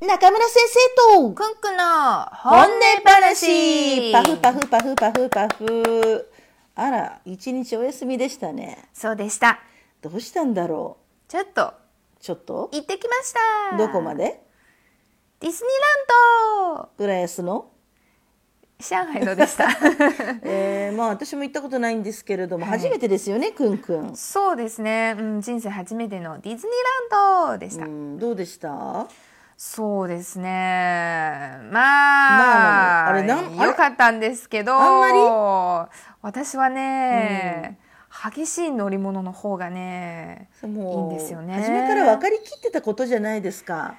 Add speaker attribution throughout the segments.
Speaker 1: 中村先生と
Speaker 2: くんくの
Speaker 1: 本
Speaker 2: 本
Speaker 1: 音
Speaker 2: 音
Speaker 1: 話
Speaker 2: 話
Speaker 1: パフパフパフパフパフあら一日お休みでしたね
Speaker 2: そうでした
Speaker 1: どうしたんだろ
Speaker 2: ちょっと
Speaker 1: うちょっと
Speaker 2: 行ってきました
Speaker 1: どこまで
Speaker 2: ディズニーラン
Speaker 1: 浦安の
Speaker 2: ド上海の でした
Speaker 1: えー、まあ私も行ったことないんですけれども、初めてですよねくんくん、
Speaker 2: そうですね、うん、人生初めてのディズニーランドでし
Speaker 1: う
Speaker 2: た、
Speaker 1: ん、どうでしたま
Speaker 2: そうですねまあ、
Speaker 1: まああれなんあれ
Speaker 2: 良かったんですけど
Speaker 1: あん
Speaker 2: 私はね、激しい乗り物の方がね、
Speaker 1: もう
Speaker 2: いいんですよね
Speaker 1: 初めから分かりきってたことじゃないですか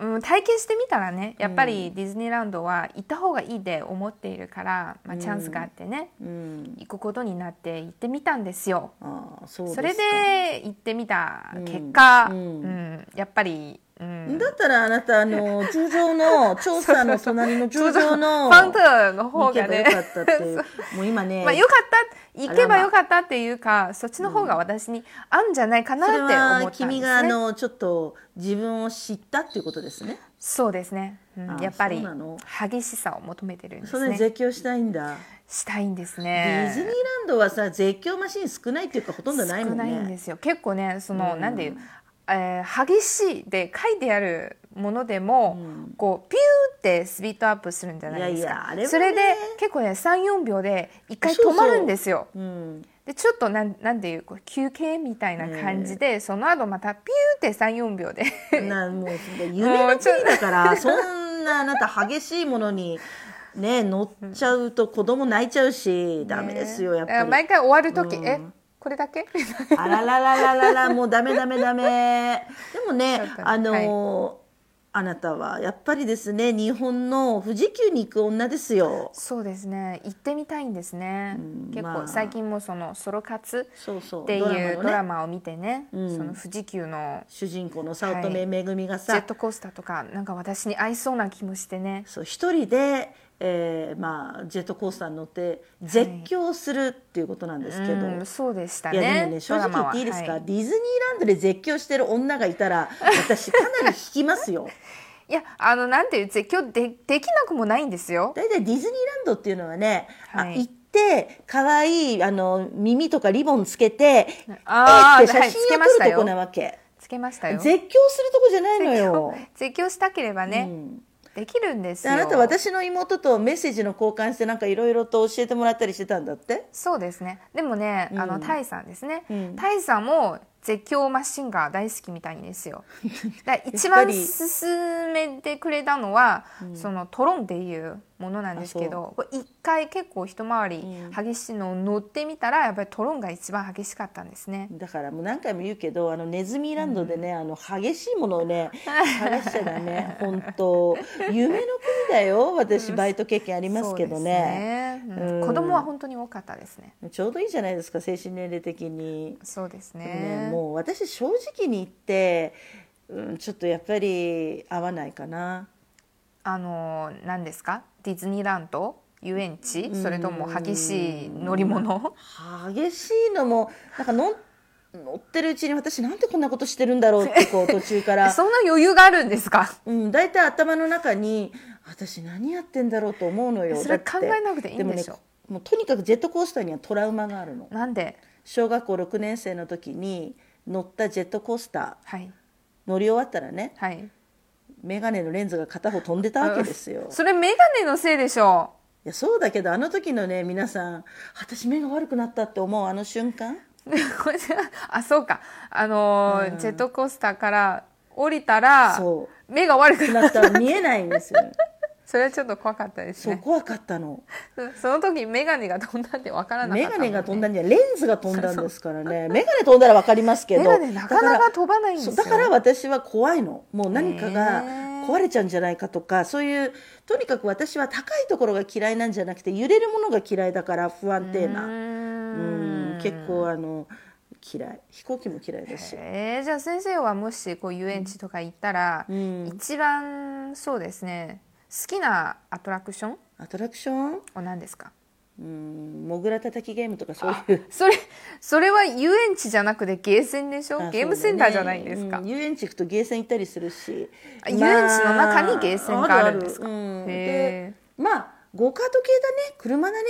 Speaker 2: うん、体験してみたらねやっぱりディズニーランドは行った方がいいで思っているから、まあ、チャンスがあってね、
Speaker 1: うん
Speaker 2: 行くことになって行ってみたんですよ。
Speaker 1: ああそうです
Speaker 2: そ
Speaker 1: か
Speaker 2: れで行ってみた結果、
Speaker 1: う
Speaker 2: うんん
Speaker 1: う
Speaker 2: やっぱり、うん、
Speaker 1: だったらあなたあの通常の調査の隣の通常の
Speaker 2: ファンクの
Speaker 1: 行
Speaker 2: 方
Speaker 1: け
Speaker 2: が
Speaker 1: ば
Speaker 2: ね
Speaker 1: よかったって いうもう今ね、
Speaker 2: まあよかった行
Speaker 1: あ
Speaker 2: け
Speaker 1: らま
Speaker 2: ばよかったっていうかそっちの方が私に合うんじゃないかな
Speaker 1: そ
Speaker 2: って
Speaker 1: れ
Speaker 2: 思ったん
Speaker 1: は
Speaker 2: ですね。
Speaker 1: 君があのちょっと自分を知ったっていうことですね
Speaker 2: そうですね、うん
Speaker 1: あ
Speaker 2: やっぱ
Speaker 1: そう
Speaker 2: り
Speaker 1: なの
Speaker 2: 激しさを求めてるんで
Speaker 1: そ
Speaker 2: す
Speaker 1: れで
Speaker 2: ね。
Speaker 1: 絶叫したいんだ、
Speaker 2: したいんです
Speaker 1: デ
Speaker 2: ね。
Speaker 1: ィズニーランドはさ絶叫マシン少ないっていうかほとんどないもんね
Speaker 2: 少ないんですよ結構ねその、
Speaker 1: うん
Speaker 2: なんていう、えー激しい」で書いてあるものでも、
Speaker 1: うん
Speaker 2: こうピューってスピードアップするんじゃないですか
Speaker 1: いやいやあれはね
Speaker 2: それで結構ね34秒で一回
Speaker 1: そうそう
Speaker 2: 止まるんですよ
Speaker 1: うん、
Speaker 2: でちょっとなんなんていうこう休憩みたいな感じで、その後またピューって34秒で
Speaker 1: なもう夢の国だからそんなあなた激しいものにね乗っちゃうと子供泣いちゃうしダメですよやっぱ
Speaker 2: だから
Speaker 1: り
Speaker 2: 毎回終わる時、
Speaker 1: うん
Speaker 2: えこれだけ
Speaker 1: あららららららもうダメダメダメでもね
Speaker 2: ちょっと
Speaker 1: あのーあなたはやっぱりですね日本の富士急に行く女ですよ
Speaker 2: そうですね行ってみたいんですね、
Speaker 1: うん
Speaker 2: 結構、
Speaker 1: まあ
Speaker 2: 最近もそのソロ活
Speaker 1: そうそう
Speaker 2: ってい
Speaker 1: ドラマ
Speaker 2: うド
Speaker 1: の
Speaker 2: ラ
Speaker 1: ね
Speaker 2: マを見てね、
Speaker 1: うん
Speaker 2: その富士急の
Speaker 1: 主人公の早乙女めぐみが
Speaker 2: ジ
Speaker 1: さ、
Speaker 2: ェットコースターとかなんか私に合いそうな気もしてね
Speaker 1: そう一人で、えーまあ、ジェットコースターに乗って絶叫するっていうことなんですけど、
Speaker 2: うんそうでした
Speaker 1: いや
Speaker 2: ね
Speaker 1: でもね正直言っていいです
Speaker 2: ドラ
Speaker 1: か、
Speaker 2: マはは
Speaker 1: ディズニーランドで絶叫してる女がいたら私かなり引きますよ
Speaker 2: い、いやあのなんていう絶叫でできなくもないんですよ
Speaker 1: 大体ディズニーランドっていうのはね、
Speaker 2: はい
Speaker 1: あ行って可愛いあの耳とかリボンつけて
Speaker 2: あー
Speaker 1: えーって写真を
Speaker 2: はいつけまし
Speaker 1: 撮
Speaker 2: た
Speaker 1: る
Speaker 2: よ
Speaker 1: とこなわけ、
Speaker 2: つけましたよ
Speaker 1: 絶叫するとこじゃないのよ、
Speaker 2: 絶叫したければ
Speaker 1: う
Speaker 2: ね、
Speaker 1: ん
Speaker 2: できるんです
Speaker 1: で
Speaker 2: よ
Speaker 1: あなた私の妹とメッセージの交換してなんかいろいろと教えてもらったりしてたんだって
Speaker 2: そうですねでもね、あ
Speaker 1: う
Speaker 2: の
Speaker 1: ん
Speaker 2: タイさんですね、
Speaker 1: うん
Speaker 2: タイさんも絶叫マシンが大好きみたいんで すよだから一
Speaker 1: やっぱ
Speaker 2: 番
Speaker 1: り
Speaker 2: 勧めてくれたのは、そのトロンっていうものなんですけどこれ一回結構一回り
Speaker 1: う
Speaker 2: 激しいのを乗ってみたらやっぱりトロンが一番激しかったんですね、
Speaker 1: だからもう何回も言うけどあのネズミランドでね、あの激しいものを ね探しちゃダメ本当夢の国だよ私バイト経験ありますけどね
Speaker 2: そうですねうん
Speaker 1: うん
Speaker 2: 子供は本当に多かったですね
Speaker 1: ちょうどいいじゃないですか精神年齢的に、
Speaker 2: そうですね
Speaker 1: ねもう私正直に言って、うん、ちょっとやっぱり合わないかな
Speaker 2: あの何ですかディズニーランド遊園地それとも激しい乗り物
Speaker 1: 激しいのもなんかの乗ってるうちに私なんでこんなことしてるんだろうって こう途中から
Speaker 2: そんな余裕があるんですか
Speaker 1: うん、大体頭の中に私何やってんだろうと思うのよ
Speaker 2: そ
Speaker 1: だっ
Speaker 2: れ考えなくていいんでしょ
Speaker 1: もねもうとにかくジェットコースターにはトラウマがあるの
Speaker 2: なんで
Speaker 1: 小学校6年生の時に乗ったジェットコースター
Speaker 2: はい
Speaker 1: 乗り終わったらね
Speaker 2: はい
Speaker 1: 眼鏡のレンズが片方飛んでたわけですよ
Speaker 2: それメガネのせいでしょ
Speaker 1: いやそうだけどあの時のね皆さん私目が悪くなったって思うあの瞬間
Speaker 2: う これあそうかあのージェットコースターから降りたら
Speaker 1: そ
Speaker 2: 目が悪くな
Speaker 1: な
Speaker 2: っ
Speaker 1: ったら見えないんです よ
Speaker 2: それはちょっと怖かったです
Speaker 1: そう
Speaker 2: ね
Speaker 1: 怖かったの
Speaker 2: その時メガネが飛んだってわからなかっ
Speaker 1: 眼
Speaker 2: たもんね
Speaker 1: 鏡が飛んだんじゃないレンズが飛んだんですからね眼鏡飛んだら分かりますけど
Speaker 2: メガネなかな
Speaker 1: だら
Speaker 2: か飛ばないんです
Speaker 1: そ
Speaker 2: よ
Speaker 1: うだから私は怖いのもう何かが
Speaker 2: へー
Speaker 1: 壊れちゃうんじゃないかとかそういうとにかく私は高いところが嫌いなんじゃなくて揺れるものが嫌いだから不安定
Speaker 2: う
Speaker 1: なう
Speaker 2: ー
Speaker 1: ん
Speaker 2: ん
Speaker 1: 結構あの嫌い飛行機も嫌いだし
Speaker 2: えー、じゃあ先生はもしこう遊園地とか行ったら、
Speaker 1: うん
Speaker 2: 一番そうですね好きなアトラクション
Speaker 1: アトラクション
Speaker 2: は何ですか
Speaker 1: うん、モグラ叩きゲームとかそういう。
Speaker 2: それそれは遊園地じゃなくてゲーセンで しょゲームセンターじゃないんですか、
Speaker 1: うん遊園地行くとゲーセン行ったりするし、
Speaker 2: あ遊園地の中にゲーセンがあるんですか
Speaker 1: あるあるうん
Speaker 2: へ
Speaker 1: でまあゴカート系だね車だね、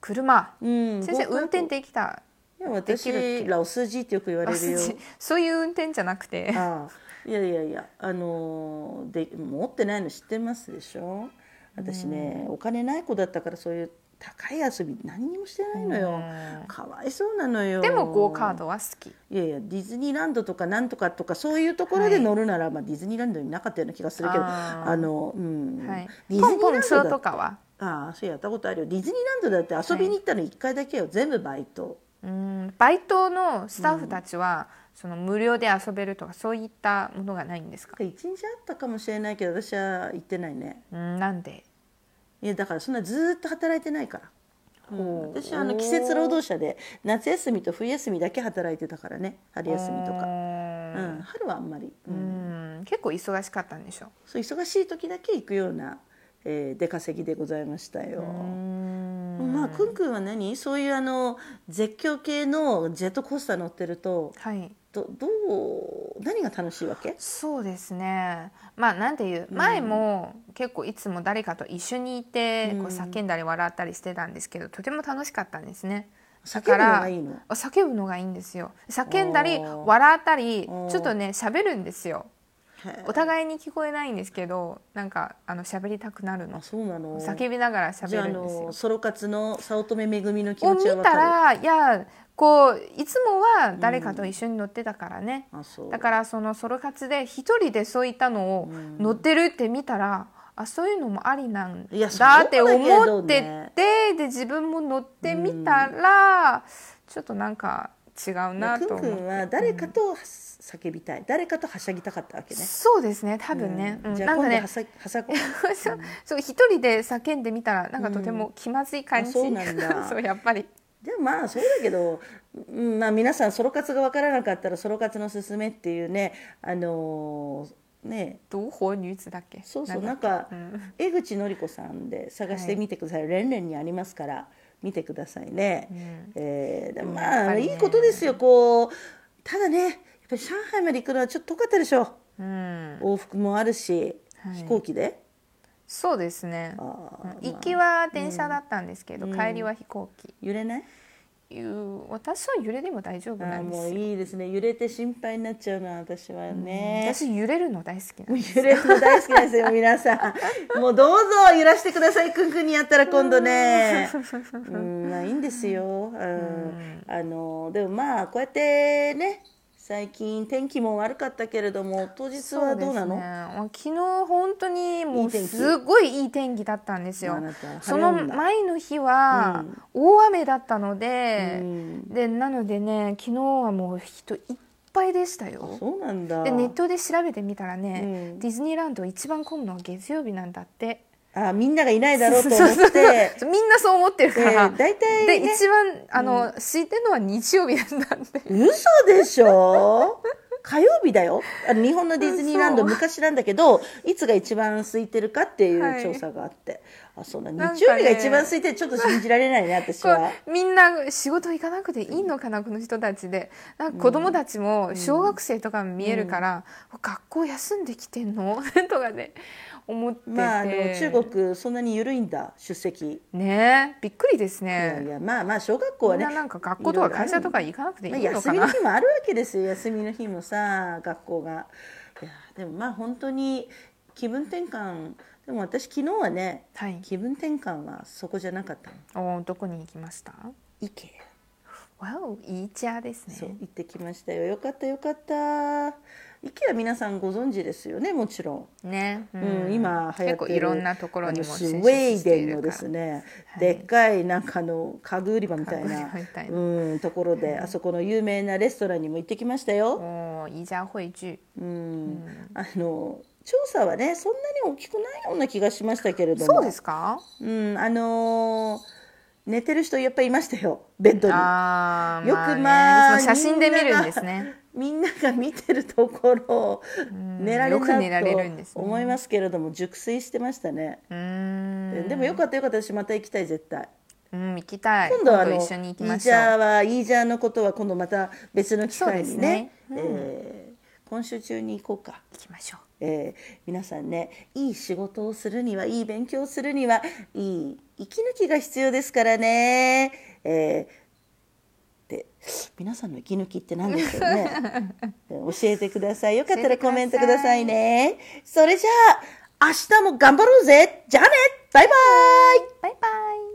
Speaker 2: 車
Speaker 1: うん、
Speaker 2: 先生
Speaker 1: ゴカー
Speaker 2: 運
Speaker 1: ト
Speaker 2: 転できた
Speaker 1: いや私
Speaker 2: できるっけ
Speaker 1: ラオスジってよく言われるよ
Speaker 2: あそういう運転じゃなくて
Speaker 1: ああいやいやいやあのーで持ってないの知ってますでしょ私ね、お金ない子だったからそういう高い遊び何にもしてないのよ、
Speaker 2: うん
Speaker 1: かわいそうなのよ
Speaker 2: でもゴーカードは好き
Speaker 1: いやいやディズニーランドとかなんとかとかそういうところで乗るなら、まあ、ディズニーランドになかったような気がするけど
Speaker 2: あ
Speaker 1: あ
Speaker 2: ー
Speaker 1: の、うん
Speaker 2: はい
Speaker 1: ディズニー
Speaker 2: ポ
Speaker 1: ランドだ
Speaker 2: ンポン賞とかは
Speaker 1: ああそうやったことあるよディズニーランドだって遊びに行ったの1回だけよ、全部バイト
Speaker 2: うんバイトのスタッフたちは、その無料で遊べるとかそういったものがないんですか、
Speaker 1: 1日あったかもしれないけど私は行ってないね
Speaker 2: うん、なんで
Speaker 1: いやだからそんなずーっと働いてないから、うん
Speaker 2: ほう
Speaker 1: 私はあの季節労働者で夏休みと冬休みだけ働いてたからね春休みとか、う
Speaker 2: か
Speaker 1: ん、春はあんまり、う
Speaker 2: うんん、結構忙しかったんでしょ
Speaker 1: そう忙しい時だけ行くような、えー出稼ぎでございましたよ。
Speaker 2: ううん
Speaker 1: まあくんくんは何そういうあの絶叫系のジェットコースター乗ってると
Speaker 2: はい
Speaker 1: どどう何が楽しいわけ
Speaker 2: そうですねまあなんていう前も結構いつも誰かと一緒にいて、こう叫んだり笑ったりしてたんですけどとても楽しかったんですね
Speaker 1: 叫
Speaker 2: だ
Speaker 1: ぶの
Speaker 2: から
Speaker 1: がいいの
Speaker 2: 叫ぶのがいいんですよ叫んだり
Speaker 1: おー
Speaker 2: 笑ったりち
Speaker 1: お
Speaker 2: ょ
Speaker 1: ー
Speaker 2: っとね喋るんですよ
Speaker 1: へえ
Speaker 2: お互いに聞こえないんですけどなんかあの喋りたくなる
Speaker 1: あ
Speaker 2: の
Speaker 1: そうなの
Speaker 2: 叫びながら
Speaker 1: じゃあ
Speaker 2: 喋
Speaker 1: あ
Speaker 2: るんですよ
Speaker 1: の。ソロ活の早乙女めぐみの気
Speaker 2: を
Speaker 1: 持
Speaker 2: 見
Speaker 1: ちはわか
Speaker 2: た
Speaker 1: る
Speaker 2: らいやこういつもは誰かと一緒に乗ってたからね、
Speaker 1: あそう
Speaker 2: だからそのソロ活で一人でそういったのを
Speaker 1: うん
Speaker 2: 乗ってるって見たら、あそういうのもありなん
Speaker 1: いやそう
Speaker 2: だ
Speaker 1: だ
Speaker 2: って
Speaker 1: けどね
Speaker 2: 思ってて、で自分も乗ってみたら、ちょっとなんか違うな
Speaker 1: く
Speaker 2: と
Speaker 1: んく
Speaker 2: 思
Speaker 1: ん
Speaker 2: う。
Speaker 1: は誰かと叫びたい、誰かとはしゃぎたかったわけね
Speaker 2: そうですね多分ね、
Speaker 1: うん
Speaker 2: うん
Speaker 1: じゃ
Speaker 2: な
Speaker 1: あ
Speaker 2: んか
Speaker 1: 今度
Speaker 2: ね
Speaker 1: はさはさこ
Speaker 2: そうそう一人で叫んでみたらなんかとても気まずい感じ、
Speaker 1: あそうなんだ
Speaker 2: そうやっぱり
Speaker 1: でもまあそうだけど、うんまあ、皆さんソロ活が分からなかったらソロ活のすすめっていうねあのーね
Speaker 2: どうほうニュースだっけ
Speaker 1: そうそう
Speaker 2: な
Speaker 1: なんん
Speaker 2: か
Speaker 1: か、
Speaker 2: うん
Speaker 1: 江口のり子さんで探してみてください、レンレンにありますから見てくださいね、えーでも
Speaker 2: や
Speaker 1: ま
Speaker 2: っ
Speaker 1: あ、
Speaker 2: ぱりね
Speaker 1: いいことですよこうただねやっぱり上海まで行くのはちょっと遠かったでしょ
Speaker 2: うん
Speaker 1: 往復もあるし、
Speaker 2: はい
Speaker 1: 飛行機で
Speaker 2: そうですね
Speaker 1: あーまあ
Speaker 2: 行きは電車だったんですけど、帰りは飛行機、
Speaker 1: 揺れない
Speaker 2: いう私は揺れでも大丈夫
Speaker 1: あ
Speaker 2: な
Speaker 1: ー
Speaker 2: んで
Speaker 1: もう
Speaker 2: すよ
Speaker 1: いいですね揺れて心配になっちゃうな私はね、
Speaker 2: 私揺れるの大好きなの
Speaker 1: 揺れるの大好きなんですよ皆さ んもうどうぞ揺らしてくださいくんくんにやったら今度ねうんまあいいんですよ、うん、あのでもまあこうやってね最近天気も悪かったけれども当日はどうなの
Speaker 2: そうですねあ昨日本当にも
Speaker 1: いうい天気
Speaker 2: すごいいい天気だったんですよ
Speaker 1: あなたは晴
Speaker 2: そ
Speaker 1: れ
Speaker 2: の
Speaker 1: 女
Speaker 2: 前の日は大雨だったので、
Speaker 1: うん
Speaker 2: でなのでね昨日はもう人いっぱいでしたよ
Speaker 1: そうなんだ
Speaker 2: でネットで調べてみたらね、
Speaker 1: うん
Speaker 2: ディズニーランド一番混むのは月曜日なんだって
Speaker 1: あみんながいないだろうと思
Speaker 2: そう そう
Speaker 1: っ
Speaker 2: そう
Speaker 1: て
Speaker 2: そうみんなそう思ってるから、
Speaker 1: で大体ね
Speaker 2: で一番あの、空いてるのは日曜日なんだって
Speaker 1: 嘘でしょ火曜日だよあの日本のディズニーランド
Speaker 2: 嘘
Speaker 1: 昔なんだけどいつが一番空いてるかって
Speaker 2: は
Speaker 1: い
Speaker 2: い
Speaker 1: う調査があって、あそうなん
Speaker 2: なんかね
Speaker 1: 日曜日が一番空いてるちょっと信じられないね私
Speaker 2: こ
Speaker 1: は。
Speaker 2: うみんな仕事行かなくていいのかなこの人たちでなんか子供たちも小学生とか見えるから、学校休んできてんの とかね思ってて、
Speaker 1: まあ、あの中国そんなに緩いんだ出席、
Speaker 2: ねえびっくりです
Speaker 1: いやい
Speaker 2: ね
Speaker 1: やまあまあ小学校
Speaker 2: み
Speaker 1: は
Speaker 2: ん
Speaker 1: ね
Speaker 2: ななんか学校とか会社とか行かなくてい
Speaker 1: まあ
Speaker 2: いの
Speaker 1: 休
Speaker 2: か
Speaker 1: みの
Speaker 2: な、
Speaker 1: 日もあるわけですよ休みの日もさ学校がいやでもまあ本当に気分転換でも私昨日はね
Speaker 2: はい
Speaker 1: 気分転換はそこじゃなかったの
Speaker 2: おどこに行きました
Speaker 1: イケア
Speaker 2: わおいいチャーですね
Speaker 1: そう行ってきましたよよかったよかったイケア皆さんご存知ですよねもちろん、
Speaker 2: ね、う
Speaker 1: うん今流行
Speaker 2: 結
Speaker 1: って
Speaker 2: 構
Speaker 1: る
Speaker 2: いろんなところにも
Speaker 1: あのスウ
Speaker 2: 進出
Speaker 1: ェー
Speaker 2: して
Speaker 1: デ
Speaker 2: い
Speaker 1: ンの
Speaker 2: る
Speaker 1: で
Speaker 2: か
Speaker 1: すね、
Speaker 2: はい
Speaker 1: でっかいなんかあの家具売り場みたい
Speaker 2: 家具売
Speaker 1: な
Speaker 2: り場みたいな
Speaker 1: うん、ところで、あそこの有名なレストランにも行ってきました
Speaker 2: ら
Speaker 1: よ、
Speaker 2: おーいいじゃん汇聚
Speaker 1: うんあの調査はねそんなに大きくないような気がしましたけれども
Speaker 2: そうですか
Speaker 1: うん、あのー寝てる人やっぱいましたよベッドに。
Speaker 2: あー
Speaker 1: よく
Speaker 2: ね
Speaker 1: まあ
Speaker 2: いつも写真で見るんですね
Speaker 1: みんなが見てるところを寝られ
Speaker 2: よく寝られる
Speaker 1: る
Speaker 2: ん
Speaker 1: な
Speaker 2: です
Speaker 1: と
Speaker 2: ね
Speaker 1: 思いますけれども熟睡してましたね、
Speaker 2: うーん
Speaker 1: でもよかったよかったしまた行きたい絶対
Speaker 2: うん、行きたい。
Speaker 1: 今度はあのイ
Speaker 2: 一緒に行きま
Speaker 1: ー
Speaker 2: し
Speaker 1: ジ
Speaker 2: ょう。
Speaker 1: ャーはイージャーのことは今度また別の機会にね
Speaker 2: そうですねうん
Speaker 1: えー今週中に行こうか。
Speaker 2: 行きましょう。
Speaker 1: えー皆さんねいい仕事をするにはいい勉強をするにはいい息抜きが必要ですからね。えーで皆さんの息抜きって何ですか ねえー教えてくださいよかったらコメントくださいねそれじゃあ明日も頑張ろうぜじゃあねバイバイ
Speaker 2: バイバイ。